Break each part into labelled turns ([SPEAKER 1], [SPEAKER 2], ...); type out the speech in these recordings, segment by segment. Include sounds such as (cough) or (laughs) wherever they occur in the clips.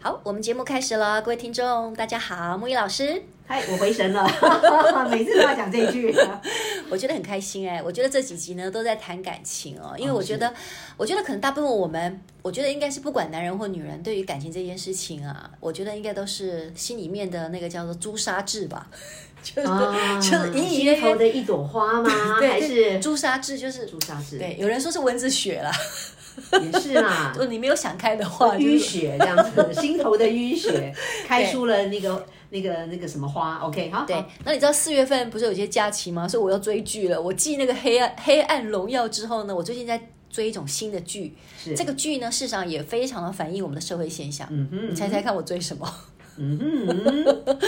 [SPEAKER 1] 好，我们节目开始了，各位听众，大家好，木鱼老师，
[SPEAKER 2] 嗨，我回 (laughs) 神了，每次都要讲这一 (laughs) 句。
[SPEAKER 1] 我觉得很开心哎、我觉得这几集呢都在谈感情哦，因为我觉得，我觉得可能大部分我们，我觉得应该是不管男人或女人，对于感情这件事情啊，我觉得应该都是心里面的那个叫做朱砂痣吧，就是、
[SPEAKER 2] 啊
[SPEAKER 1] 就是隐隐约
[SPEAKER 2] 心头
[SPEAKER 1] 约
[SPEAKER 2] 的一朵花 (laughs) 吗？
[SPEAKER 1] 对
[SPEAKER 2] 啊还是
[SPEAKER 1] 朱砂痣，就是
[SPEAKER 2] 朱砂痣？
[SPEAKER 1] 对，有人说是蚊子血啦， (laughs)
[SPEAKER 2] 也是 (laughs) 啦
[SPEAKER 1] 如。果你没有想开的话，就
[SPEAKER 2] (laughs)
[SPEAKER 1] 是
[SPEAKER 2] 淤血这样 (laughs) 子，心头的淤血，开出了那个那个那个什么花？OK，好，
[SPEAKER 1] 对
[SPEAKER 2] 好，
[SPEAKER 1] 那你知道四月份不是有一些假期吗？所以我要追剧了。我继那个《黑暗黑暗荣耀》之后呢，我最近在追一种新的剧。
[SPEAKER 2] 是
[SPEAKER 1] 这个剧呢，事实上也非常的反映我们的社会现象。
[SPEAKER 2] 嗯哼，
[SPEAKER 1] 你猜猜看，我追什么？
[SPEAKER 2] 嗯哼，嗯哼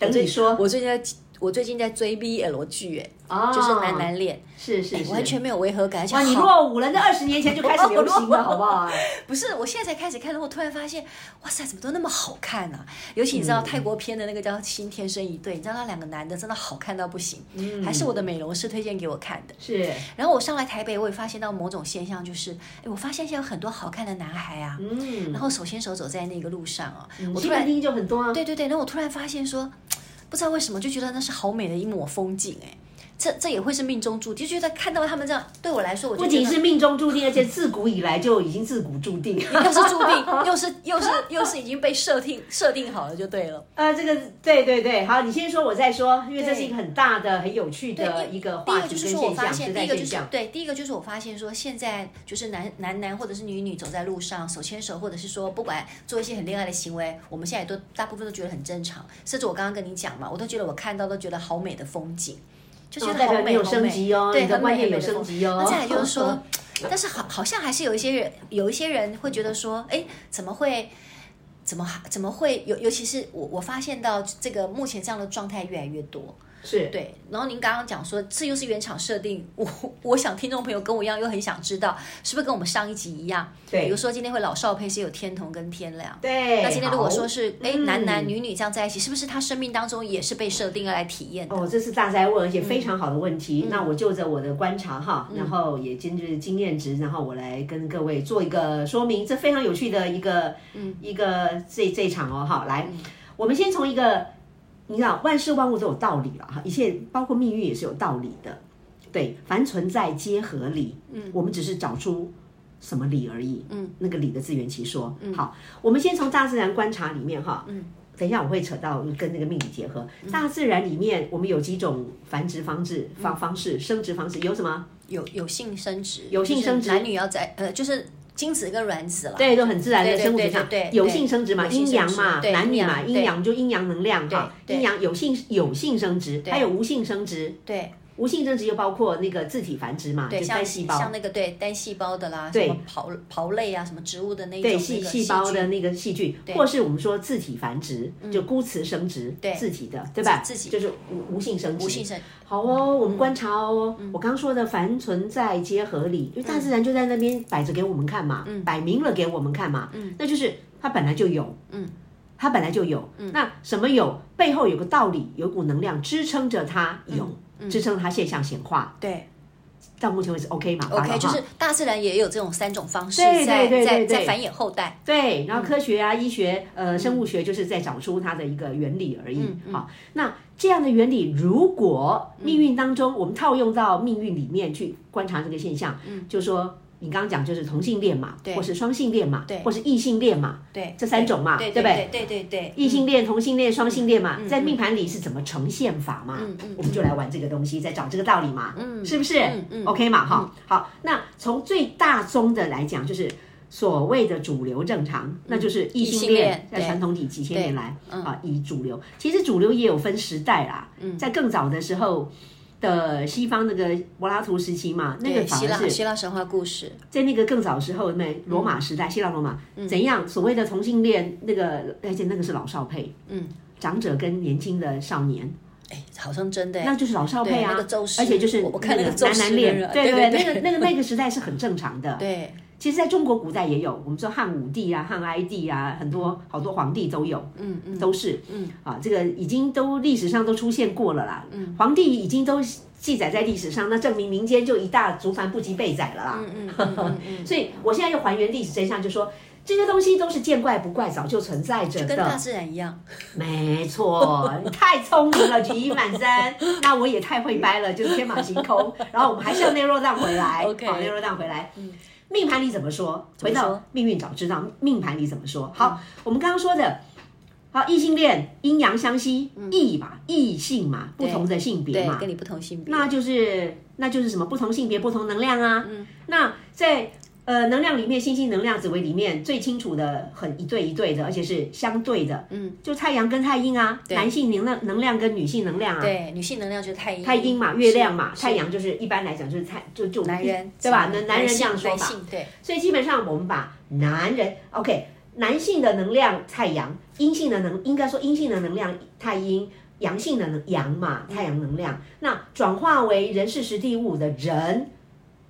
[SPEAKER 2] 等你说，
[SPEAKER 1] 我最近在，我最近在追 BL 剧，哎、
[SPEAKER 2] 哦
[SPEAKER 1] 就是男男恋，
[SPEAKER 2] 是是
[SPEAKER 1] 哎
[SPEAKER 2] 是，
[SPEAKER 1] 完全没有违和感。而且
[SPEAKER 2] 哇，你
[SPEAKER 1] 好
[SPEAKER 2] 落伍了，那二十年前就开始流行 (laughs) 了，好不好？
[SPEAKER 1] 不是，我现在才开始看，然后我突然发现，哇塞，怎么都那么好看啊！
[SPEAKER 2] 嗯
[SPEAKER 1] 尤其你知道泰国片的那个叫《新天生一对》，你知道那两个男的真的好看到不行，
[SPEAKER 2] 嗯
[SPEAKER 1] 还是我的美容师推荐给我看的。
[SPEAKER 2] 是， (laughs)
[SPEAKER 1] 然后我上来台北，我也发现到某种现象，就是，哎，我发现现在有很多好看的男孩啊，
[SPEAKER 2] 嗯，
[SPEAKER 1] 然后手牵手走在那个路上啊，我突
[SPEAKER 2] 新
[SPEAKER 1] 然
[SPEAKER 2] 的，听就很多啊，
[SPEAKER 1] 对对对，然后我突然发现说，不知道为什么就觉得那是好美的一抹风景、哎，这这也会是命中注定，就觉得看到他们这样，对我来说，我就
[SPEAKER 2] 不
[SPEAKER 1] 觉
[SPEAKER 2] 仅
[SPEAKER 1] 得
[SPEAKER 2] 是命中注定，而且自古以来就已经自古注 (laughs) 定。
[SPEAKER 1] 又是注定，又是又是又是已经被设定设定好了就对了。
[SPEAKER 2] 啊，这个对对对，好，你先说，我再说，因为这
[SPEAKER 1] 对
[SPEAKER 2] 是一个很大的、很有趣的
[SPEAKER 1] 因
[SPEAKER 2] 一个
[SPEAKER 1] 第一
[SPEAKER 2] 话
[SPEAKER 1] 个
[SPEAKER 2] 题
[SPEAKER 1] 就
[SPEAKER 2] 跟
[SPEAKER 1] 是说我
[SPEAKER 2] 现
[SPEAKER 1] 发
[SPEAKER 2] 象，
[SPEAKER 1] 现，
[SPEAKER 2] 时
[SPEAKER 1] 第
[SPEAKER 2] 代
[SPEAKER 1] 一个
[SPEAKER 2] 现
[SPEAKER 1] 就是
[SPEAKER 2] 象。
[SPEAKER 1] 对，第一个就是我发现说，现在就是男男男或者是女女走在路上手牵手，或者是说不管做一些很恋爱的行为，我们现在也都大部分都觉得很正常。甚至我刚刚跟你讲嘛，我都觉得我看到都觉得好美的风景，就觉
[SPEAKER 2] 哦
[SPEAKER 1] 得
[SPEAKER 2] 代
[SPEAKER 1] 好
[SPEAKER 2] 表
[SPEAKER 1] 美，
[SPEAKER 2] 你有
[SPEAKER 1] 好
[SPEAKER 2] 升
[SPEAKER 1] 美
[SPEAKER 2] 级哦
[SPEAKER 1] 对，
[SPEAKER 2] 你的
[SPEAKER 1] 很
[SPEAKER 2] 观
[SPEAKER 1] 美很美
[SPEAKER 2] 念有
[SPEAKER 1] 的
[SPEAKER 2] 升
[SPEAKER 1] 风
[SPEAKER 2] 级哦
[SPEAKER 1] 那再来就是说，
[SPEAKER 2] (laughs)
[SPEAKER 1] 但是好好像还是有一些人，有一些人会觉得说，哎，怎么会？怎么还怎么会尤尤其是我我发现到这个目前这样的状态越来越多，
[SPEAKER 2] 是
[SPEAKER 1] 对。然后您刚刚讲说这又是原厂设定，我 (laughs) 我想听众朋友跟我一样又很想知道，是不是跟我们上一集一样？
[SPEAKER 2] 对
[SPEAKER 1] 比如说今天会老少配是有天同跟天良。
[SPEAKER 2] 对。
[SPEAKER 1] 那今天如果
[SPEAKER 2] 好
[SPEAKER 1] 说是哎
[SPEAKER 2] 嗯
[SPEAKER 1] 男男女女这样在一起，是不是他生命当中也是被设定要来体验的？
[SPEAKER 2] 哦，这是大灾问，而且非常好的问题。那我就着我的观察哈，然后也兼着经验值，然后我来跟各位做一个说明，这非常有趣的一个，嗯，一个这这一场哦，好，来，我们先从一个，你知道万事万物都有道理了哈，一切包括命运也是有道理的，对，凡存在皆合理，嗯，我们只是找出。什么理而已，嗯，那个理的自圆其说。好，我们先从大自然观察里面哈，嗯，等一下我会扯到跟那个命理结合。大自然里面我们有几种繁殖方式
[SPEAKER 1] 嗯
[SPEAKER 2] 方方式生殖方式有什么？
[SPEAKER 1] 有有性生殖，
[SPEAKER 2] 啊有性生殖
[SPEAKER 1] 就是男女要在呃，就是精子跟卵子了。
[SPEAKER 2] 对，都很自然的
[SPEAKER 1] 对对
[SPEAKER 2] 生物
[SPEAKER 1] 对
[SPEAKER 2] 现象
[SPEAKER 1] 对对，对
[SPEAKER 2] 有性生殖嘛，
[SPEAKER 1] 有性
[SPEAKER 2] 阴阳
[SPEAKER 1] 生
[SPEAKER 2] 嘛，
[SPEAKER 1] 殖对
[SPEAKER 2] 男女
[SPEAKER 1] 阴
[SPEAKER 2] 嘛，
[SPEAKER 1] 阳
[SPEAKER 2] 阴阳就阴阳能量哈，
[SPEAKER 1] 对对
[SPEAKER 2] 阴阳有性有性生殖，还有无性生殖，
[SPEAKER 1] 对
[SPEAKER 2] 无性生殖又包括那个自体繁殖嘛，
[SPEAKER 1] 对，
[SPEAKER 2] 就单
[SPEAKER 1] 像
[SPEAKER 2] 细胞，
[SPEAKER 1] 像那个对单细胞的啦，
[SPEAKER 2] 对
[SPEAKER 1] 什么刨刨类啊，什么植物的那种
[SPEAKER 2] 对
[SPEAKER 1] 那
[SPEAKER 2] 细
[SPEAKER 1] 个
[SPEAKER 2] 细胞的
[SPEAKER 1] 菌嗯
[SPEAKER 2] 那个细菌，或是我们说自体繁殖，就孤雌生殖，
[SPEAKER 1] 对
[SPEAKER 2] 自体的，对吧？
[SPEAKER 1] 自己
[SPEAKER 2] 就是无无性生殖。
[SPEAKER 1] 无性生，嗯
[SPEAKER 2] 好哦，我们观察哦。我刚说的凡存在皆合理，因为大自然就在那边摆着给我们看嘛，
[SPEAKER 1] 嗯
[SPEAKER 2] 摆明了给我们看嘛，那就是它本来就有，嗯，它本来就有。
[SPEAKER 1] 嗯
[SPEAKER 2] 那什么有背后有个道理，有一股能量支撑着它有，支撑它现象显化。
[SPEAKER 1] 嗯对
[SPEAKER 2] 到目前为止 OK 嘛八卦
[SPEAKER 1] ，OK，
[SPEAKER 2] 嘛
[SPEAKER 1] 就是大自然也有这种三种方式
[SPEAKER 2] 啊对
[SPEAKER 1] 在
[SPEAKER 2] 对对
[SPEAKER 1] 在
[SPEAKER 2] 对
[SPEAKER 1] 在繁衍后代。
[SPEAKER 2] 对，
[SPEAKER 1] 嗯
[SPEAKER 2] 然后科学啊、医学、呃、生物学，就是在找出它的一个原理而已。
[SPEAKER 1] 嗯
[SPEAKER 2] 好，那这样的原理，如果命运当中、我们套用到命运里面去观察这个现象，
[SPEAKER 1] 嗯
[SPEAKER 2] 就说你刚刚讲就是同性恋嘛，或是双性恋嘛，或是异性恋嘛，
[SPEAKER 1] 对，
[SPEAKER 2] 这三种嘛，
[SPEAKER 1] 对
[SPEAKER 2] 不对？
[SPEAKER 1] 对对对对，
[SPEAKER 2] 异性恋、同性恋、双性恋嘛，
[SPEAKER 1] 嗯
[SPEAKER 2] 在命盘里是怎么呈现法嘛？我们就来玩这个东西，再找这个道理嘛，
[SPEAKER 1] 嗯
[SPEAKER 2] 是不是、o k 嘛，哈、好，那从最大宗的来讲，就是所谓的主流正常，那就是
[SPEAKER 1] 嗯
[SPEAKER 2] 异
[SPEAKER 1] 异
[SPEAKER 2] 性
[SPEAKER 1] 性
[SPEAKER 2] 恋
[SPEAKER 1] 恋，
[SPEAKER 2] 在
[SPEAKER 1] 对嗯
[SPEAKER 2] 传统体几千年来啊，以主流，其实主流也有分时代啦，在更早的时候。的西方那个柏拉图时期嘛，那个
[SPEAKER 1] 对希
[SPEAKER 2] 反
[SPEAKER 1] 腊
[SPEAKER 2] 而是
[SPEAKER 1] 希腊神话故事，
[SPEAKER 2] 在那个更早时候，那罗
[SPEAKER 1] 嗯
[SPEAKER 2] 马时代，希腊罗马怎样所谓的同性恋，那个而且那个是老少配，
[SPEAKER 1] 嗯，
[SPEAKER 2] 长者跟年轻的少年，
[SPEAKER 1] 哎，好像真的哎，
[SPEAKER 2] 那就是老少配
[SPEAKER 1] 对
[SPEAKER 2] 啊
[SPEAKER 1] 那个宙，斯
[SPEAKER 2] 而且就是
[SPEAKER 1] 我我看那个宙
[SPEAKER 2] 男
[SPEAKER 1] 斯
[SPEAKER 2] 男
[SPEAKER 1] 的
[SPEAKER 2] 恋，
[SPEAKER 1] 人
[SPEAKER 2] 对
[SPEAKER 1] 对
[SPEAKER 2] 对，那
[SPEAKER 1] 对
[SPEAKER 2] 个那个那个时代是很正常的。
[SPEAKER 1] 对，
[SPEAKER 2] 其实，在中国古代也有，我们说汉武帝啊、汉哀帝啊，很多好多皇帝都有，
[SPEAKER 1] 嗯嗯，
[SPEAKER 2] 都是，嗯，啊，这个已经都历史上都出现过了啦，嗯，皇帝已经都记载在历史上，那证明民间就一大竹繁不及备载了啦，
[SPEAKER 1] 嗯嗯嗯
[SPEAKER 2] (laughs)
[SPEAKER 1] 嗯，
[SPEAKER 2] 所以我现在又还原历史真相，就说这些东西都是见怪不怪，早就存在着
[SPEAKER 1] 跟大
[SPEAKER 2] 的。
[SPEAKER 1] 自然一样，
[SPEAKER 2] 没错，你太聪明了，举一反
[SPEAKER 1] (laughs)
[SPEAKER 2] 三。那我也太会掰了，就是天马行空。然后我们还是要内肉蛋回来
[SPEAKER 1] (laughs) OK 嗯
[SPEAKER 2] 好，内肉蛋回来。命盘里怎么说？
[SPEAKER 1] 怎
[SPEAKER 2] 回
[SPEAKER 1] 么说嗯
[SPEAKER 2] 到命运早知道，命盘里怎么说？好，我们刚刚说的。好，异性恋阴阳相吸，异嘛，异性嘛，不同的性别
[SPEAKER 1] 嗯对
[SPEAKER 2] 嘛，，
[SPEAKER 1] 跟你不同性别，
[SPEAKER 2] 那就是那就是什么不同性别不同能量啊。
[SPEAKER 1] 嗯
[SPEAKER 2] 那在呃能量里面，星星能量紫微里面最清楚的，很一对一对的，而且是相对的。嗯，就太阳跟太阴啊，男性能量能量跟女性能量啊。
[SPEAKER 1] 对，女性能量就是太阴，
[SPEAKER 2] 太阴嘛，月亮嘛，
[SPEAKER 1] 是
[SPEAKER 2] 太阳就是一般来讲就是太就就
[SPEAKER 1] 男人
[SPEAKER 2] 对吧？男男人这样
[SPEAKER 1] 性
[SPEAKER 2] 说
[SPEAKER 1] 男
[SPEAKER 2] 法，
[SPEAKER 1] 性对，
[SPEAKER 2] 所以基本上我们把男人 OK，男性的能量太阳，阴性的能应该说阴性的能量太阴，阳性的能阳嘛，
[SPEAKER 1] 嗯
[SPEAKER 2] 太阳能量，那转化为人事实地物的人，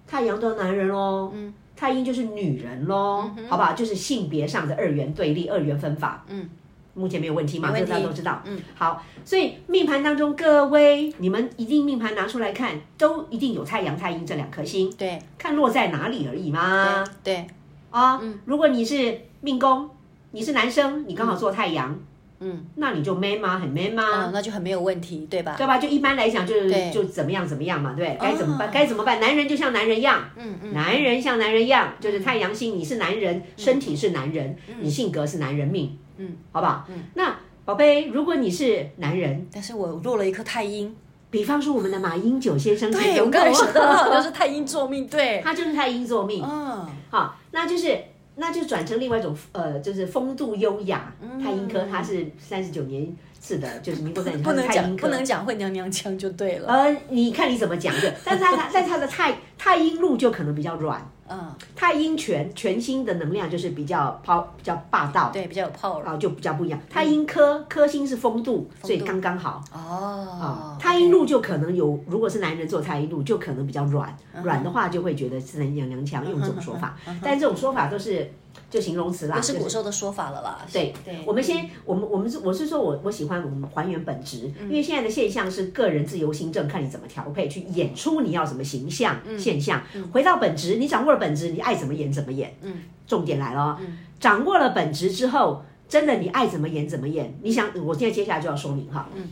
[SPEAKER 2] 太阳的男人喽，嗯，太阴就是女人喽，
[SPEAKER 1] 嗯
[SPEAKER 2] 好不好？就是性别上的二元对立、二元分法，嗯。目前没有问题嘛？
[SPEAKER 1] 没
[SPEAKER 2] 这
[SPEAKER 1] 问题
[SPEAKER 2] 大家都知道。嗯，好，所以命盘当中，各位你们一定命盘拿出来看，都一定有太阳、太阴这两颗星，
[SPEAKER 1] 对
[SPEAKER 2] 看落在哪里而已嘛。
[SPEAKER 1] 对，
[SPEAKER 2] 啊、
[SPEAKER 1] 嗯
[SPEAKER 2] 如果你是命宫，你是男生，你刚好做太阳，嗯，那你就 man 吗？很 man 吗？
[SPEAKER 1] 啊，那就很没有问题，对吧？
[SPEAKER 2] 对吧？就一般来讲，就是
[SPEAKER 1] 对哦
[SPEAKER 2] 就怎么样怎么样嘛，对，该怎么办、该怎么办？男人就像男人一样，
[SPEAKER 1] 嗯嗯，
[SPEAKER 2] 男人像男人一样，就是太阳星，你是男人，身体是男人，
[SPEAKER 1] 嗯
[SPEAKER 2] 你性格是男人命，嗯，好不好？那宝贝，如果你是男人，
[SPEAKER 1] 但是我落了一颗太阴，
[SPEAKER 2] 比方说我们的马英九先生，
[SPEAKER 1] 对我刚才想到 (laughs) 就是太阴作命，对，
[SPEAKER 2] 他就是太阴座命，
[SPEAKER 1] 嗯，
[SPEAKER 2] 好，啊那就是那就转成另外一种呃，就是风度优雅。
[SPEAKER 1] 嗯
[SPEAKER 2] 太阴科它是三十九年次的，就是民国三十
[SPEAKER 1] 不能
[SPEAKER 2] 太阴
[SPEAKER 1] 讲
[SPEAKER 2] 科
[SPEAKER 1] 不。能讲会娘娘腔就对了，
[SPEAKER 2] 呃，你看你怎么讲
[SPEAKER 1] (laughs)
[SPEAKER 2] 的，但是它它在它的太太阴路就可能比较软，
[SPEAKER 1] 嗯，
[SPEAKER 2] 太阴全全星的能量就是比较抛比较霸道，
[SPEAKER 1] 对，比较有 power
[SPEAKER 2] 啊就比较不一样。太阴科科星是风度，所以刚刚好。
[SPEAKER 1] 哦，
[SPEAKER 2] 太阴路就可能有，如果是男人做太阴路，就可能比较软，
[SPEAKER 1] 嗯
[SPEAKER 2] 软的话就会觉得是娘娘腔，用这种说法。但这种说法都是就形容词啦，
[SPEAKER 1] 是
[SPEAKER 2] 就
[SPEAKER 1] 古兽的说法了啦，
[SPEAKER 2] 对
[SPEAKER 1] 对，
[SPEAKER 2] 我们先，我们我们是我是说我我喜欢我们还原本质，因为现在的现象是个人自由行政，看你怎么调配去演出你要什么形象、现象。回到本质，你掌握了本质，你爱怎么演怎么演。嗯，重点来了哦，掌握了本质之后，真的你爱怎么演怎么演。你想，我现在接下来就要说明哈。嗯，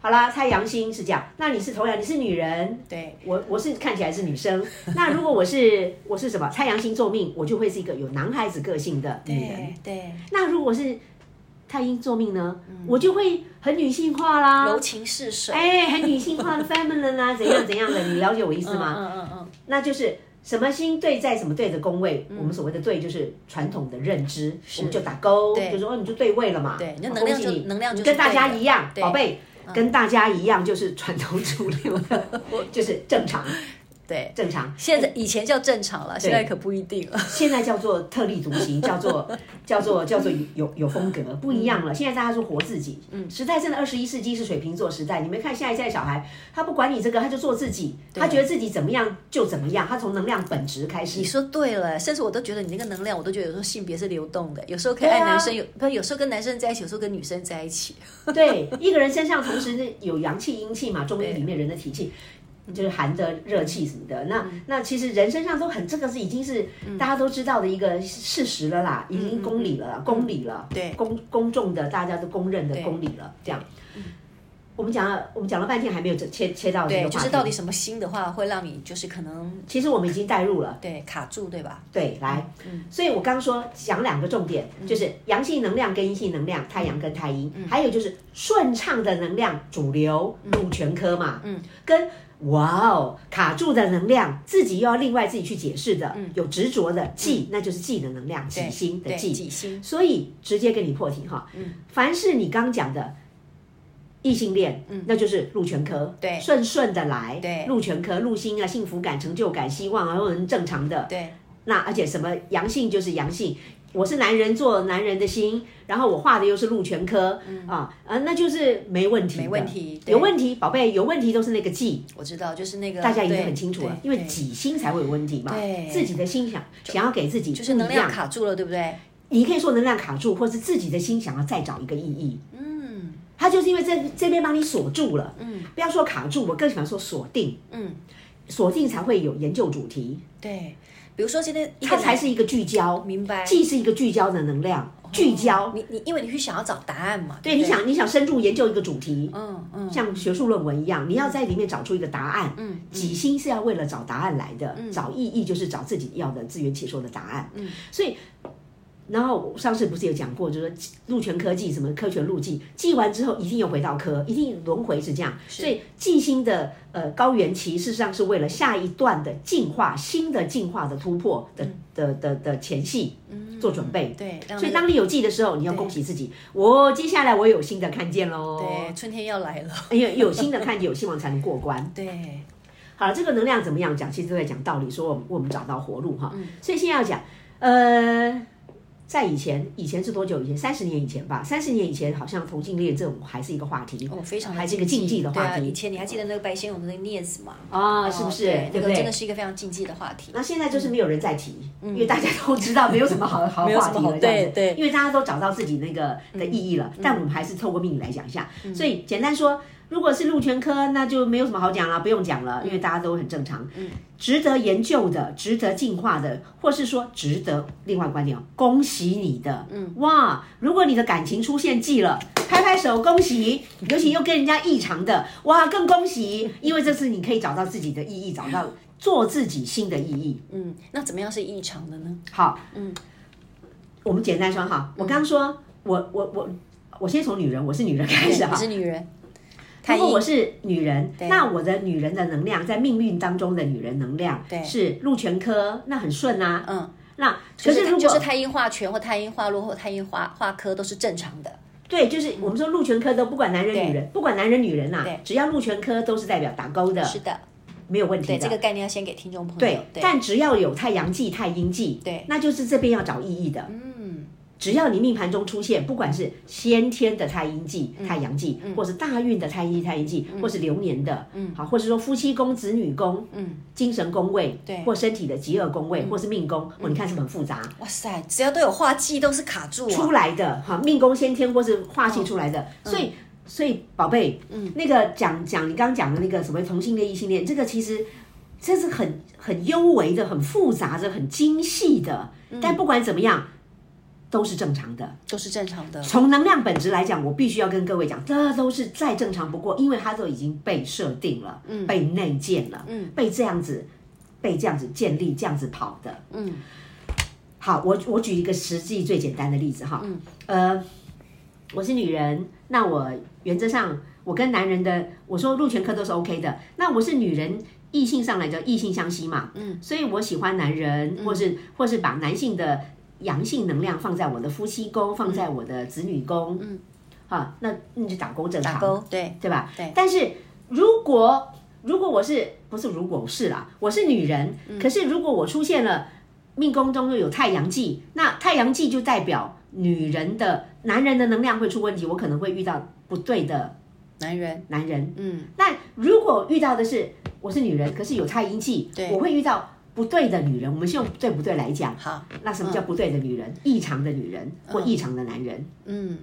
[SPEAKER 2] 好啦，太阳星是这样，那你是头阳，你是女人，
[SPEAKER 1] 对，
[SPEAKER 2] 我我是看起来是女生， (laughs) 那如果我是我是什么太阳星座命，我就会是一个有男孩子个性的女人。
[SPEAKER 1] 对对，
[SPEAKER 2] 嗯那如果是太阴座命呢，
[SPEAKER 1] 嗯
[SPEAKER 2] 我就会很女性化啦
[SPEAKER 1] 柔，情似水，
[SPEAKER 2] 哎，很女性化的 feminine
[SPEAKER 1] (laughs)
[SPEAKER 2] 啦，怎样怎样的，你了解我意思
[SPEAKER 1] 嗯
[SPEAKER 2] 吗？
[SPEAKER 1] 嗯嗯嗯，
[SPEAKER 2] 那就是什么星对在什么对的宫位，我们所谓的对就是传统的认知，我们就打勾，就说哦你就对位了嘛。
[SPEAKER 1] 对你的
[SPEAKER 2] 哦
[SPEAKER 1] 能量
[SPEAKER 2] 恭喜
[SPEAKER 1] 就
[SPEAKER 2] 你
[SPEAKER 1] 能量
[SPEAKER 2] 你
[SPEAKER 1] 就是
[SPEAKER 2] 跟大家
[SPEAKER 1] 对的
[SPEAKER 2] 一样，
[SPEAKER 1] 对嗯
[SPEAKER 2] 宝贝。跟大家一样，就是传统主流
[SPEAKER 1] (laughs)
[SPEAKER 2] 的，就是正常，
[SPEAKER 1] 对，
[SPEAKER 2] 正常。
[SPEAKER 1] 现在以前叫正常了，现在可不一定了，
[SPEAKER 2] (laughs) 现在叫做特立独行，叫做叫做叫做有有风格，不一样了。现在大家说活自己，嗯，时代真的二十一世纪是水瓶座时代。你们看下一代小孩，他不管你这个，他就做自己，他觉得自己怎么样就怎么样，他从能量本质开始
[SPEAKER 1] 你。说对了，甚至我都觉得你那个能量，我都觉得有时候性别是流动的，有时候可以
[SPEAKER 2] 对啊
[SPEAKER 1] 爱男生，有不有时候跟男生在一起，有时候跟女生在一起。 (laughs)
[SPEAKER 2] 对，一个人身上同时那有阳气、阴气嘛，中医里面人的体气。就是含着热气什么的，那
[SPEAKER 1] 嗯
[SPEAKER 2] 那其实人身上都很，这个是已经是大家都知道的一个事实了啦，
[SPEAKER 1] 嗯
[SPEAKER 2] 已经公理了啦，公理了，
[SPEAKER 1] 对
[SPEAKER 2] 公公众的大家都公认的公理了，这样。
[SPEAKER 1] 嗯
[SPEAKER 2] 我们讲了，我们讲了半天还没有切切到这
[SPEAKER 1] 对，
[SPEAKER 2] 个
[SPEAKER 1] 就是
[SPEAKER 2] 话
[SPEAKER 1] 到底
[SPEAKER 2] 题，
[SPEAKER 1] 什么心的话，会让你就是可能
[SPEAKER 2] 其实我们已经带入了，
[SPEAKER 1] 对卡住，对吧？
[SPEAKER 2] 对，来，所以我刚说讲两个重点，就是阳性能量跟阴性能量，太阳跟太阴，还有就是顺畅的能量主流入全科嘛，嗯，跟哇哦卡住的能量，自己又要另外自己去解释的，有执着的忌，那就是忌的能量，己心的
[SPEAKER 1] 对，
[SPEAKER 2] 忌，
[SPEAKER 1] 己心，嗯
[SPEAKER 2] 所以直接跟你破题哈，凡是你刚讲的异性恋，嗯，那就是路全科，
[SPEAKER 1] 对
[SPEAKER 2] 顺顺的来，
[SPEAKER 1] 对
[SPEAKER 2] 路全科、路心啊、幸福感、成就感、希望啊，都很正常的，
[SPEAKER 1] 对，
[SPEAKER 2] 那而且什么阳性就是阳性，我是男人做男人的心，然后我画的又是鹿全科、啊啊，那就是没问题的，
[SPEAKER 1] 嗯没问题对
[SPEAKER 2] 有问题，宝贝有问题都是那个忌，
[SPEAKER 1] 我知道，就是那个
[SPEAKER 2] 大家已经
[SPEAKER 1] 对
[SPEAKER 2] 很清楚了
[SPEAKER 1] 对，
[SPEAKER 2] 因为
[SPEAKER 1] 对
[SPEAKER 2] 己心才会有问题嘛
[SPEAKER 1] 对，
[SPEAKER 2] 自己的心想想要给自己
[SPEAKER 1] 就是
[SPEAKER 2] 不
[SPEAKER 1] 能
[SPEAKER 2] 一
[SPEAKER 1] 量
[SPEAKER 2] 样，
[SPEAKER 1] 卡住了，对不对？
[SPEAKER 2] 你可以说能量卡住，或是自己的心想要再找一个意义，嗯，他就是因为这这边把你锁住了，嗯，不要说卡住，我更喜欢说锁定，
[SPEAKER 1] 嗯，
[SPEAKER 2] 锁定才会有研究主题，
[SPEAKER 1] 对，比如说今天一个
[SPEAKER 2] 它才
[SPEAKER 1] 人
[SPEAKER 2] 是一个聚焦，
[SPEAKER 1] 明白哦
[SPEAKER 2] 既是一个聚焦的能量，聚焦。
[SPEAKER 1] 你你因为你去想要找答案嘛，
[SPEAKER 2] 对，
[SPEAKER 1] 不
[SPEAKER 2] 你想你想深入研究一个主题，
[SPEAKER 1] 嗯嗯，
[SPEAKER 2] 像学术论文一样，你要在里面找出一个答案。嗯，己心是要为了找答案来的，找意义就是找自己要的自圆其说的答案。嗯，所以。然后我上次不是有讲过，就是路权科技什么科学路径，记完之后一定又回到科，一定轮回是这样。所以记心的呃高原期，事实上是为了下一段的进化、新的进化的突破的、的的的前戏做准备。
[SPEAKER 1] 对，让
[SPEAKER 2] 所以
[SPEAKER 1] 那个
[SPEAKER 2] 嗯当你有记的时候，你要恭喜自己，我接下来我有新的看见喽。
[SPEAKER 1] 对春天要来
[SPEAKER 2] (laughs)
[SPEAKER 1] 了，
[SPEAKER 2] 因为有新的看见，有希望才能过关。
[SPEAKER 1] 对，
[SPEAKER 2] 好了，这个能量怎么样讲？其实都在讲道理，说我们我们找到活路
[SPEAKER 1] 嗯
[SPEAKER 2] 哈。所以现在要讲，呃，在以前，以前是多久以前？三十年以前吧。三十年以前，好像同性恋这种还是一个话题，
[SPEAKER 1] 哦，非常的
[SPEAKER 2] 还是一个禁忌的
[SPEAKER 1] 对
[SPEAKER 2] 话
[SPEAKER 1] 啊。以
[SPEAKER 2] 题
[SPEAKER 1] 前你还记得那个白先勇的那个镊子吗？
[SPEAKER 2] 啊、是不是？
[SPEAKER 1] 对
[SPEAKER 2] 对
[SPEAKER 1] 那
[SPEAKER 2] 不
[SPEAKER 1] 个真的
[SPEAKER 2] 对？
[SPEAKER 1] 是一个非常禁忌的话题。
[SPEAKER 2] 那现在就是没有人在提，因为大家都知道没有什
[SPEAKER 1] (laughs)
[SPEAKER 2] 么好好
[SPEAKER 1] 没有
[SPEAKER 2] 话
[SPEAKER 1] 什
[SPEAKER 2] 题
[SPEAKER 1] 么好
[SPEAKER 2] 了，这样
[SPEAKER 1] 对
[SPEAKER 2] 子
[SPEAKER 1] 对嗯
[SPEAKER 2] 因为大家都找到自己那个的意义了。但我们还是透过命理来讲一下，所以简单说，如果是陆全科，那就没有什么好讲了，不用讲
[SPEAKER 1] 嗯
[SPEAKER 2] 了，因为大家都很正常。值得研究的、值得进化的，或是说值得另外观点哦，恭喜你的，嗯，哇！如果你的感情出现忌了，拍拍手，恭喜！尤其又跟人家异常的，哇，更恭喜！因为这次你可以找到自己的意义，找到做自己新的意义。
[SPEAKER 1] 嗯，那怎么样是异常的呢？
[SPEAKER 2] 好，嗯，我们简单说哈，我刚刚说，我我我，我先从女人，我是女人开始
[SPEAKER 1] 你
[SPEAKER 2] 哈。
[SPEAKER 1] 是女人，太
[SPEAKER 2] 如果
[SPEAKER 1] 阴
[SPEAKER 2] 我是女人，那我的女人的能量，在命运当中的女人能量，
[SPEAKER 1] 对
[SPEAKER 2] 是禄全科，那很顺啊。
[SPEAKER 1] 嗯，
[SPEAKER 2] 那可
[SPEAKER 1] 就是是
[SPEAKER 2] 如
[SPEAKER 1] 就
[SPEAKER 2] 果
[SPEAKER 1] 是太阴化权或太阴化落或太阴化化科都是正常的。
[SPEAKER 2] 对，就是我们说禄全科都不管男人女人，不管男人女人呐
[SPEAKER 1] 对，
[SPEAKER 2] 只要禄全科都是代表打勾的，
[SPEAKER 1] 是的，
[SPEAKER 2] 没有问题
[SPEAKER 1] 对这
[SPEAKER 2] 的。
[SPEAKER 1] 个概念要先给听众朋友。
[SPEAKER 2] 对，
[SPEAKER 1] 对，
[SPEAKER 2] 但只要有太阳忌、太阴忌，
[SPEAKER 1] 对
[SPEAKER 2] 那就是这边要找意义的。嗯，只要你命盘中出现，不管是先天的太阴忌、太阳忌，或是大运的太阴太阴忌，或是流年的，嗯，好，或是说夫妻宫、子女宫，嗯，精神宫位，
[SPEAKER 1] 对
[SPEAKER 2] 或身体的极恶宫位，或是命宫，哦，你看是不是很复杂。
[SPEAKER 1] 哇塞，只要都有化忌都是卡住啊。
[SPEAKER 2] 出来的哈，命宫先天或是化气出来的，所以所以宝贝，哦嗯，那个讲讲你刚刚讲的那个什么同性恋、异性恋，这个其实这是很很幽微的、很复杂的、很精细的，但不管怎么样。都是正常的。
[SPEAKER 1] 都是正常的。
[SPEAKER 2] 从能量本质来讲，我必须要跟各位讲，这都是再正常不过，因为它都已经被设定了，嗯，被内建了，嗯，被这样子，被这样子建立，这样子跑的，嗯。好，我我举一个实际最简单的例子哈，嗯，呃，我是女人，那我原则上我跟男人的，我说入权科都是 OK 的，那我是女人。异性上来叫异性相吸嘛，嗯，所以我喜欢男人，或是或是把男性的阳性能量放在我的夫妻宫，放在我的子女宫，嗯，啊，那那就打勾正常，
[SPEAKER 1] 打勾，对
[SPEAKER 2] 啊对吧？
[SPEAKER 1] 对。
[SPEAKER 2] 但是如果如果我是不是如果是啦，我是女人，
[SPEAKER 1] 嗯
[SPEAKER 2] 可是如果我出现了命宫中又有太阳忌，那太阳忌就代表女人的男人的能量会出问题，我可能会遇到不对的
[SPEAKER 1] 男人，
[SPEAKER 2] 男人。
[SPEAKER 1] 嗯，
[SPEAKER 2] 那如果遇到的是我是女人，可是有太阴忌，
[SPEAKER 1] 对
[SPEAKER 2] 我会遇到。不对的女人，我们是用对不对来讲。
[SPEAKER 1] 好，
[SPEAKER 2] 那什么叫不对的女人？异常的女人或异常的男人。
[SPEAKER 1] 嗯，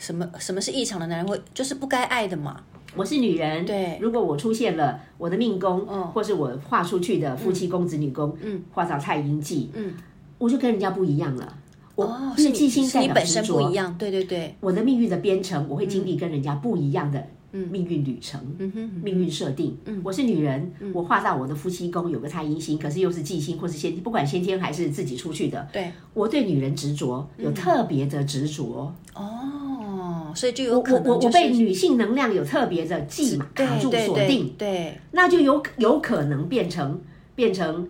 [SPEAKER 1] 什么什么是异常的男人会就是不该爱的嘛？
[SPEAKER 2] 我是女人，
[SPEAKER 1] 对嗯
[SPEAKER 2] 如果我出现了我的命宫，或是我画出去的夫妻宫、子女宫，嗯，画到太阴忌，嗯，我就跟人家不一样了。我
[SPEAKER 1] 哦，是
[SPEAKER 2] 因为
[SPEAKER 1] 你
[SPEAKER 2] 忌星
[SPEAKER 1] 是
[SPEAKER 2] 代
[SPEAKER 1] 你
[SPEAKER 2] 表
[SPEAKER 1] 本
[SPEAKER 2] 执
[SPEAKER 1] 身不一
[SPEAKER 2] 着，
[SPEAKER 1] 样，嗯对对对，
[SPEAKER 2] 我的命运的编程，我会经历跟人家不一样的
[SPEAKER 1] 嗯
[SPEAKER 2] 命运旅程，命运设定。我是女人，
[SPEAKER 1] 嗯
[SPEAKER 2] 我画到我的夫妻宫有个太阴星，可是又是忌星或是先，不管先天还是自己出去的，
[SPEAKER 1] 对，嗯
[SPEAKER 2] 我对女人执着，有特别的执着。
[SPEAKER 1] 哦，所以就有可
[SPEAKER 2] 我
[SPEAKER 1] 能
[SPEAKER 2] 我
[SPEAKER 1] 就
[SPEAKER 2] 我
[SPEAKER 1] 是
[SPEAKER 2] 被女性能量有特别的忌嘛
[SPEAKER 1] 对
[SPEAKER 2] 卡住
[SPEAKER 1] 对
[SPEAKER 2] 锁
[SPEAKER 1] 对
[SPEAKER 2] 定，
[SPEAKER 1] 对，
[SPEAKER 2] 那就有有可能变成变成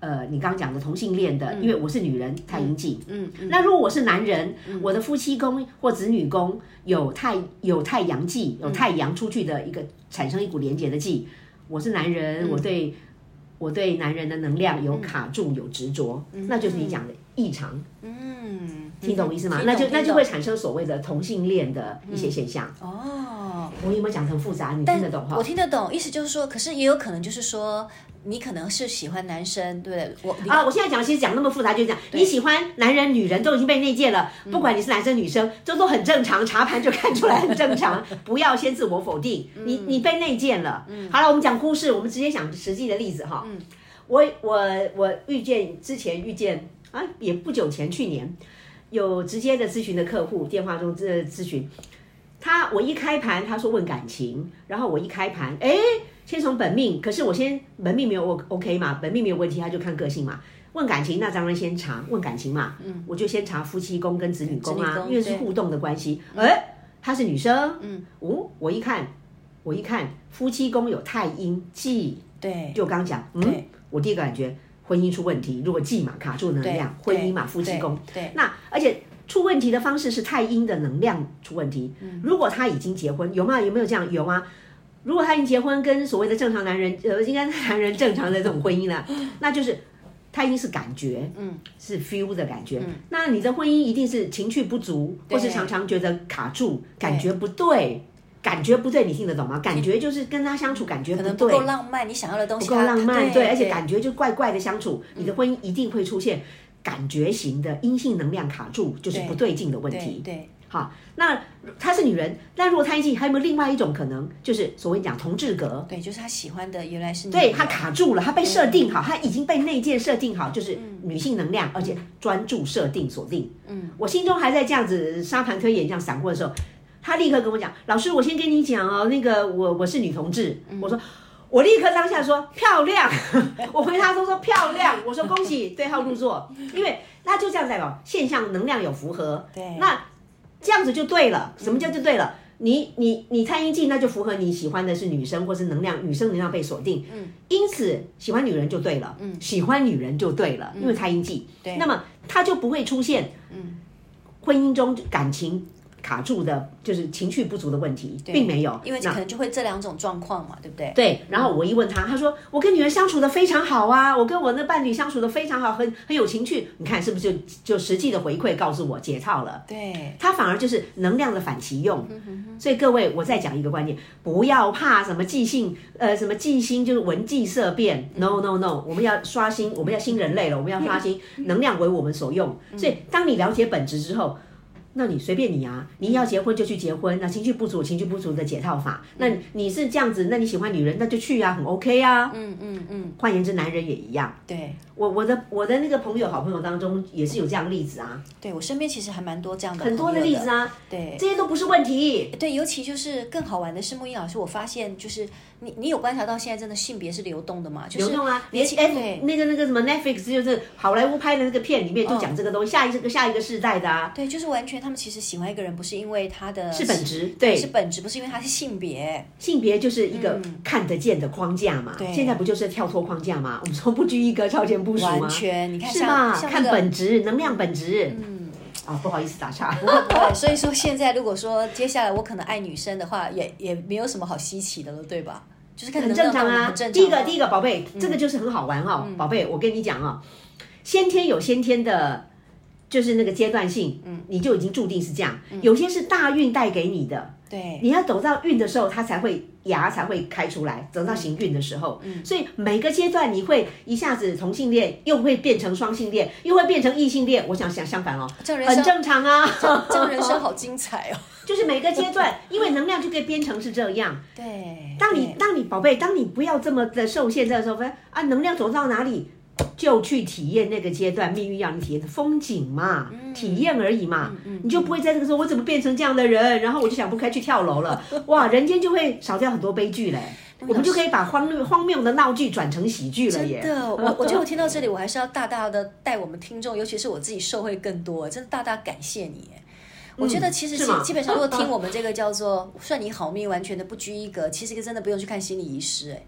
[SPEAKER 2] 呃，你刚刚讲的同性恋的，因为我是女人，太阴茎。
[SPEAKER 1] 嗯嗯
[SPEAKER 2] 那如果我是男人，我的夫妻宫或子女宫有太有太阳气，
[SPEAKER 1] 嗯
[SPEAKER 2] 有太阳出去的一个产生一股连结的气，我是男
[SPEAKER 1] 嗯
[SPEAKER 2] 人，我对我对男人的能量有卡住，有执着，那就是你讲的异常，
[SPEAKER 1] 嗯，
[SPEAKER 2] 听懂我意思吗？
[SPEAKER 1] 听懂
[SPEAKER 2] 那就那
[SPEAKER 1] 听
[SPEAKER 2] 就
[SPEAKER 1] 懂
[SPEAKER 2] 会产生所谓的同性恋的一些现象。
[SPEAKER 1] 哦。
[SPEAKER 2] 我有没有讲得很复杂？你听得懂哈
[SPEAKER 1] 我？听得懂，意思就是说，可是也有可能就是说，你可能是喜欢男生，对不对？我你
[SPEAKER 2] 啊，我现在讲，其实讲那么复杂，就是讲你喜欢男人、女人都已经被内建了，不管你是男生女生，这都很正常，查盘就看出来很正常，不要先自我否定，你你被内建了。好了，我们讲故事，我们直接讲实际的例子哈。我我我遇见之前遇见啊，也不久前去年有直接的咨询的客户，电话中咨咨询，他我一开盘他说问感情，然后我一开盘，哎，先从本命，可是我先本命没有 O OK 嘛，本命没有问题，他就看个性嘛。问感情，那当然先查问感情嘛，嗯，我就先查夫妻宫跟子女宫
[SPEAKER 1] 子女
[SPEAKER 2] 啊，
[SPEAKER 1] 宫
[SPEAKER 2] 因为是
[SPEAKER 1] 对
[SPEAKER 2] 互动的关系。哎，她是女生，嗯，哦，我一看，我一看夫妻宫有太阴忌，
[SPEAKER 1] 对
[SPEAKER 2] 就我刚讲，嗯
[SPEAKER 1] 对，
[SPEAKER 2] 我第一个感觉婚姻出问题，如果忌嘛卡住能量，
[SPEAKER 1] 对
[SPEAKER 2] 婚姻嘛
[SPEAKER 1] 对
[SPEAKER 2] 夫妻宫，
[SPEAKER 1] 对
[SPEAKER 2] 那而且出问题的方式是太阴的能量出问题。
[SPEAKER 1] 嗯
[SPEAKER 2] 如果他已经结婚，有吗？有没有这样？有啊。如果他已经结婚，跟所谓的正常男人，呃，应该是男人正常的这种
[SPEAKER 1] (laughs)
[SPEAKER 2] 婚姻了，那就是他已经是感觉，嗯，是 feel 的感
[SPEAKER 1] 嗯
[SPEAKER 2] 觉。那你的婚姻一定是情绪不足，或是常常觉得卡住，感觉不对，感觉不对，你听得懂吗？感觉就是跟他相处感觉
[SPEAKER 1] 可
[SPEAKER 2] 不
[SPEAKER 1] 能
[SPEAKER 2] 对，
[SPEAKER 1] 不够浪漫，你想要的东西
[SPEAKER 2] 不够浪漫，对，而嗯且感
[SPEAKER 1] 觉
[SPEAKER 2] 觉就怪怪的相处，你的婚姻一定会出现感觉型的阴性能量卡住，就是不对劲的问题。
[SPEAKER 1] 对
[SPEAKER 2] 好，那她是女人，那如果她阴性，还有没有另外一种可能，就是所谓讲同志格？
[SPEAKER 1] 对，就是他喜欢的原来是你，
[SPEAKER 2] 对，她卡住了，她被设定好，她已经被内建设定好，就是女性能量，而且专注设定锁定。嗯，我心中还在这样子沙盘推演这样闪过的时候，她立刻跟我讲：“老师，我先跟你讲哦，那个我我是女同志。我说。我立刻当下说漂亮， (laughs) 我回他都说漂亮，我说恭喜对号入座，因为他就这样代表现象能量有符合，
[SPEAKER 1] 对
[SPEAKER 2] 那这样子就对了。什么叫就对了？你你你太阴茎，那就符合你喜欢的是女生或是能量，女生能量被锁定，嗯，因此喜欢女人就对了，嗯，喜欢女人就对了，因为太阴茎，对，那么他就不会出现，嗯，婚姻中感情卡住的，就是情绪不足的问题，并没有，
[SPEAKER 1] 因为
[SPEAKER 2] 那
[SPEAKER 1] 可能就会这两种状况嘛，对不对？
[SPEAKER 2] 对，然后我一问他，他说我跟女人相处的非常好啊，我跟我那伴侣相处的非常好，很很有情趣。你看是不是就就实际的回馈告诉我解套了？
[SPEAKER 1] 对
[SPEAKER 2] 它反而就是能量的反其用。
[SPEAKER 1] 嗯
[SPEAKER 2] 所以各位，我再讲一个观念，不要怕什么记性，呃，什么记心就是闻记色变。No
[SPEAKER 1] 嗯
[SPEAKER 2] No No，我们要刷新，我们要新人类了，我们要刷新，
[SPEAKER 1] 嗯
[SPEAKER 2] 能量为我们所用。所以当你了解本质之后。那你随便你啊，你要结婚就去结婚，那情绪不足，情绪不足的解套法。
[SPEAKER 1] 嗯
[SPEAKER 2] 那你是这样子，那你喜欢女人，那就去啊，很 OK 啊。
[SPEAKER 1] 嗯嗯嗯，
[SPEAKER 2] 换言之，男人也一样。
[SPEAKER 1] 对
[SPEAKER 2] 我我的我的那个朋友，好朋友当中也是有这样例子啊，
[SPEAKER 1] 对，我身边其实还蛮多这样的
[SPEAKER 2] 很多的
[SPEAKER 1] 朋友
[SPEAKER 2] 例子啊，
[SPEAKER 1] 对。
[SPEAKER 2] 这些都不是问题。
[SPEAKER 1] 对，尤其就是更好玩的是，木英老师，我发现就是你，你有观察到现在真的性别是流动的嘛？就是
[SPEAKER 2] 流动啊，
[SPEAKER 1] 年
[SPEAKER 2] 连
[SPEAKER 1] 轻
[SPEAKER 2] F
[SPEAKER 1] 对嗯
[SPEAKER 2] 那个那个什么 Netflix 就是好莱坞拍的那个片里面就讲这个东西，下一个下一个世代的啊，
[SPEAKER 1] 对，就是完全他们其实喜欢一个人，不是因为他的
[SPEAKER 2] 是本质对
[SPEAKER 1] 是本嗯质，不是因为他是性别。
[SPEAKER 2] 性别就是一个看得见的框架嘛。现在不就是跳脱框架嘛？我们从不拘一格，超前部署吗？
[SPEAKER 1] 完全你看
[SPEAKER 2] 是
[SPEAKER 1] 像
[SPEAKER 2] 吧？
[SPEAKER 1] 像那
[SPEAKER 2] 看
[SPEAKER 1] 个
[SPEAKER 2] 本质，能量本质。嗯，啊，不好意思打
[SPEAKER 1] (laughs)
[SPEAKER 2] 岔。
[SPEAKER 1] 对，所以说现在如果说接下来我可能爱女生的话，也也没有什么好稀奇的了，对吧？就是看
[SPEAKER 2] 很正常啊
[SPEAKER 1] 很。正常。嗯
[SPEAKER 2] 第一个，第一个，宝贝，这个就是很好玩哦，宝贝，我跟你讲哦，先天有先天的，就是那个阶段性，嗯，你就已经注定是这样。有些是大运带给你的，
[SPEAKER 1] 嗯对
[SPEAKER 2] 你要走到运的时候，它才会芽才会开出来，走到行运的时候，
[SPEAKER 1] 嗯
[SPEAKER 2] 所以每个阶段你会一下子同性恋，又会变成双性恋，又会变成异性恋。我想想相反哦，
[SPEAKER 1] 这样人
[SPEAKER 2] 很
[SPEAKER 1] 生
[SPEAKER 2] 正常啊，
[SPEAKER 1] 这样人生好精彩哦。
[SPEAKER 2] (laughs) 就是每个阶段，因为能量就可以编成是这样。
[SPEAKER 1] 对，
[SPEAKER 2] 当你
[SPEAKER 1] 对
[SPEAKER 2] 当你宝贝，当你不要这么的受限的时候，不是啊，能量走到哪里就去体验那个阶段命运要你体验的风景嘛，
[SPEAKER 1] 嗯
[SPEAKER 2] 体验而已嘛，你就不会在这个时候我怎么变成这样的人，然后我就想不开去跳楼了，哇，人间就会少掉很多悲剧嘞，我们就可以把荒谬荒谬的闹剧转成喜剧了耶。
[SPEAKER 1] 真的，我我觉得我听到这里，我还是要大大的带我们听众，尤其是我自己受惠更多，真的大大感谢你。我觉得其实
[SPEAKER 2] 嗯是
[SPEAKER 1] 基
[SPEAKER 2] 吗啊
[SPEAKER 1] 基本上，如果听我们这个叫做“算你好命”，完全的不拘一格，其实真的不用去看心理医师，哎，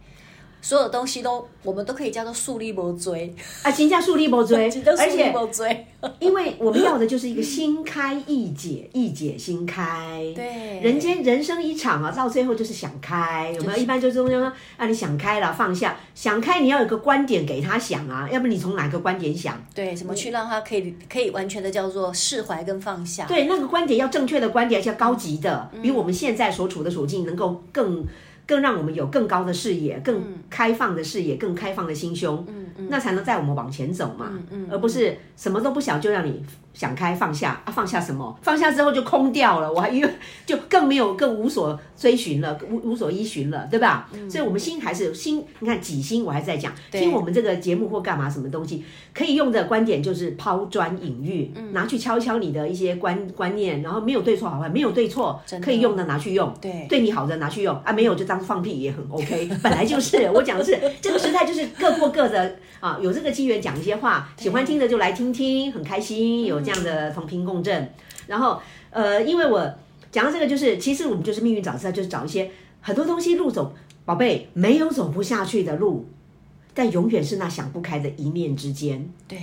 [SPEAKER 1] 所有东西都我们都可以叫做树立不追，，
[SPEAKER 2] 啊，金价树立不追
[SPEAKER 1] (laughs) 而且
[SPEAKER 2] 而且
[SPEAKER 1] 不追，
[SPEAKER 2] 因为我们要的就是一个心开意解，意解心开。
[SPEAKER 1] 对
[SPEAKER 2] 人间人生一场啊，到最后就是想开。我们一般就中间说啊，你想开了，放下，想开你要有个观点给他想啊，要不然你从哪个观点想？
[SPEAKER 1] 对，怎么去让他可以可以完全的叫做释怀跟放下？
[SPEAKER 2] 对，那个观点要正确的观点，而且要高级的，比我们现在所处的处境能够更更让我们有更高的视野、更开放的视野、更开放的心胸，那才能带我们往前走嘛，而不是什么都不想就让你想开放下啊，放下什么？放下之后就空掉了，我还因为就更没有更无所追寻了，无无所依循了，对吧？所以我们心还是心，你看几心，我还在讲，听我们这个节目或干嘛什么东西，可以用的观点就是抛砖引玉，拿去敲一敲你的一些观观念，然后没有对错好坏，没有对错，可以用的拿去用，
[SPEAKER 1] 对
[SPEAKER 2] 对你好的拿去用啊，没有就当放屁也很 OK，本 (laughs) 来就是我讲的是这个时代就是各过各的啊，有这个机缘讲一些话，喜欢听的就来听听，很开心有这样的同频共振，然后呃，因为我讲到这个就是，其实我们就是命运早知道，就是找一些很多东西路走，宝贝没有走不下去的路。但永远是那想不开的一念之间，
[SPEAKER 1] 对，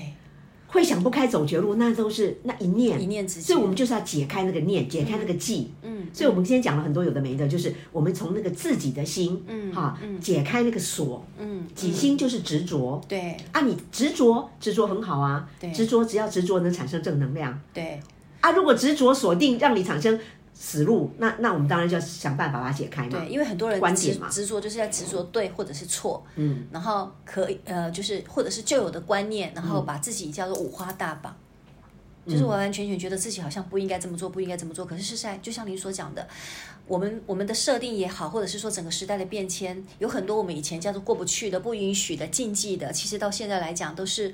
[SPEAKER 2] 会想不开走绝路，那都是那一念
[SPEAKER 1] 一念之间
[SPEAKER 2] 所以我们就是要解开那个念，解开那个记。嗯，所以我们今天讲了很多有的没的，就是我们从那个自己的心，嗯，哈，解开那个锁。嗯，己心就是执着。
[SPEAKER 1] 对
[SPEAKER 2] 啊，你执着，执着很好啊。执着只要执着能产生正能量
[SPEAKER 1] 对
[SPEAKER 2] 啊。如果执着锁定让你产生死路，那那我们当然就要想办法把它解开嘛
[SPEAKER 1] 对，。因为很多人
[SPEAKER 2] 观
[SPEAKER 1] 执
[SPEAKER 2] 点嘛
[SPEAKER 1] 执着就是要执着对或者是错，嗯，然后可以呃就是或者是旧有的观念，然
[SPEAKER 2] 嗯
[SPEAKER 1] 后把自己叫做五花大绑。就是完完全全觉得自己好像不应该这么做，不应该这么做。可是事实上，就像您所讲的，我们我们的设定也好，或者是说整个时代的变迁，有很多我们以前叫做过不去的、不允许的、禁忌的，其实到现在来讲，都是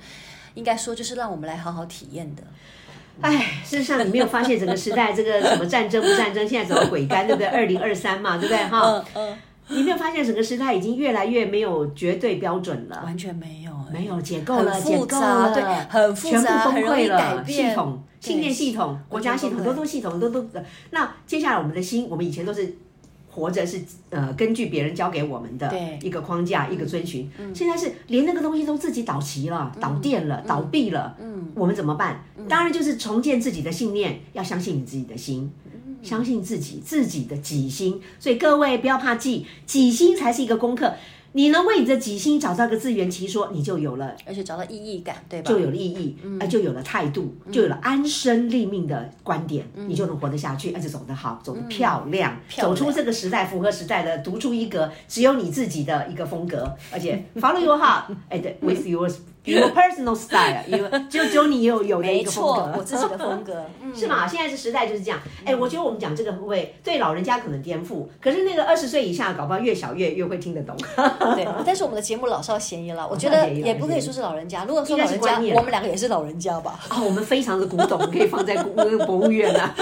[SPEAKER 1] 应该说就是让我们来好好体验的。
[SPEAKER 2] (laughs) 唉，哎事实上你没有发现整个时代这个什么战争不战争，现在走到鬼干，对不对？二零二三嘛，对不对？哈，
[SPEAKER 1] 嗯，
[SPEAKER 2] 你没有发现整个时代已经越来越没有绝对标准了，
[SPEAKER 1] 完全没有、哎
[SPEAKER 2] 没
[SPEAKER 1] 有。
[SPEAKER 2] 有解构了，
[SPEAKER 1] 很
[SPEAKER 2] 解
[SPEAKER 1] 复
[SPEAKER 2] 构
[SPEAKER 1] 杂
[SPEAKER 2] 了，
[SPEAKER 1] 对很复
[SPEAKER 2] 全部
[SPEAKER 1] 杂
[SPEAKER 2] 崩
[SPEAKER 1] 很容易
[SPEAKER 2] 溃
[SPEAKER 1] 改
[SPEAKER 2] 了，
[SPEAKER 1] 变
[SPEAKER 2] 系统、
[SPEAKER 1] 对
[SPEAKER 2] 信念系统、国家系
[SPEAKER 1] 完
[SPEAKER 2] 统，很
[SPEAKER 1] 全崩
[SPEAKER 2] 多
[SPEAKER 1] 溃
[SPEAKER 2] 都系统，很多都。那接下来我们的心，我们以前都是。活着是呃，根据别人教给我们的
[SPEAKER 1] 对
[SPEAKER 2] 一个框架，一个遵循。现在是连那个东西都自己倒齐了、倒电了、倒闭了。嗯，我们怎么办？当然就是重建自己的信念，要相信你自己的心，相信自己自己的己心。所以各位不要怕记，己心才是一个功课。你能为你的己心找到一个自圆其说，你就有了
[SPEAKER 1] 而且找到意义感，对吧？
[SPEAKER 2] 就有了意义，
[SPEAKER 1] 嗯
[SPEAKER 2] 哎、就有了态度，就有了安身立命的观点，你就能活得下去，而且走得好，走得漂亮，
[SPEAKER 1] 嗯漂亮
[SPEAKER 2] 走出这个时代，符合时代的，独出一格，只有你自己的一个风格，而
[SPEAKER 1] (laughs)
[SPEAKER 2] 且 follow your heart，哎，对，with your (laughs) your personal style，有只有只有你有有的一
[SPEAKER 1] 没
[SPEAKER 2] 个风
[SPEAKER 1] 错，嗯我
[SPEAKER 2] 格。
[SPEAKER 1] 自己的风
[SPEAKER 2] (laughs)
[SPEAKER 1] 格，嗯，
[SPEAKER 2] 是吗？现在这时代就是这样。哎，我觉得我们讲这个会不会对老人家可能颠覆？可是那个二十岁以下，搞不好越小越越会听得
[SPEAKER 1] (laughs)
[SPEAKER 2] 懂。
[SPEAKER 1] 对。但是我们的节目老少咸宜了，我觉
[SPEAKER 2] 少
[SPEAKER 1] 得
[SPEAKER 2] 咸宜
[SPEAKER 1] 也不可以说是老人家。如果说
[SPEAKER 2] 应
[SPEAKER 1] 老
[SPEAKER 2] 该是
[SPEAKER 1] 人家，
[SPEAKER 2] 观念
[SPEAKER 1] 我们两个也是老人家吧。
[SPEAKER 2] 啊、我们非常的古董，可以放在古博物院
[SPEAKER 1] (laughs)
[SPEAKER 2] 啊。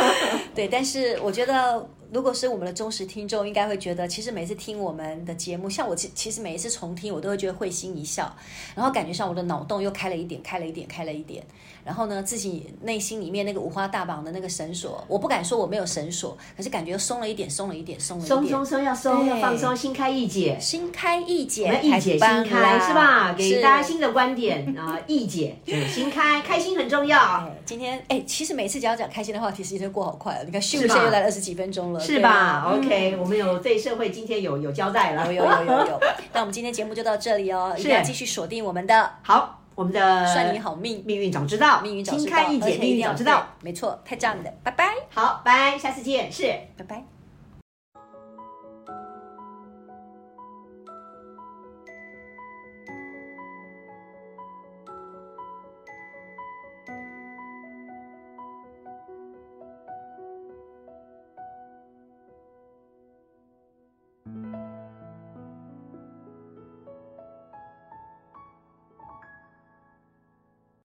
[SPEAKER 1] 对，但是我觉得，如果是我们的忠实听众，应该会觉得，其实每次听我们的节目，像我其其实每一次重听，我都会觉得会心一笑，然后感觉上我的脑洞又开了一点，开了一点，开了一点。然后呢，自己内心里面那个五花大绑的那个绳索，我不敢说我没有绳索，可是感觉松了一点，松了一点，松了一点。
[SPEAKER 2] 松松松，要松，
[SPEAKER 1] 对
[SPEAKER 2] 要放松，心开意解。
[SPEAKER 1] 新开一
[SPEAKER 2] 我
[SPEAKER 1] 姐，
[SPEAKER 2] 们意解心
[SPEAKER 1] 太棒
[SPEAKER 2] 开
[SPEAKER 1] 啦
[SPEAKER 2] 是吧？给
[SPEAKER 1] 是
[SPEAKER 2] 大家新的
[SPEAKER 1] (laughs)
[SPEAKER 2] 观点啊，意解对心开，开心很重要，
[SPEAKER 1] 哎今天哎，其实每次只要讲开心的话题，时间就过好快了。你看，咻一
[SPEAKER 2] 吧
[SPEAKER 1] 下又来了二十几分钟了，
[SPEAKER 2] 是
[SPEAKER 1] 对
[SPEAKER 2] 吧
[SPEAKER 1] 啊嗯
[SPEAKER 2] ？OK，我们有对社会今天有有交代了，
[SPEAKER 1] 有有有
[SPEAKER 2] (laughs)
[SPEAKER 1] 有有。那我们今天节目就到这里哦，一定要继续锁定我们的
[SPEAKER 2] 好，我们的
[SPEAKER 1] “算你好命
[SPEAKER 2] 命运早知道，”，
[SPEAKER 1] 命运早知
[SPEAKER 2] 心
[SPEAKER 1] 道，
[SPEAKER 2] 开意
[SPEAKER 1] 而且
[SPEAKER 2] 解，
[SPEAKER 1] 一
[SPEAKER 2] 命
[SPEAKER 1] 定
[SPEAKER 2] 运
[SPEAKER 1] 要
[SPEAKER 2] 早知道。，
[SPEAKER 1] 对没错，太赞的，拜拜，
[SPEAKER 2] 好，拜，下次见，是。
[SPEAKER 1] 拜拜。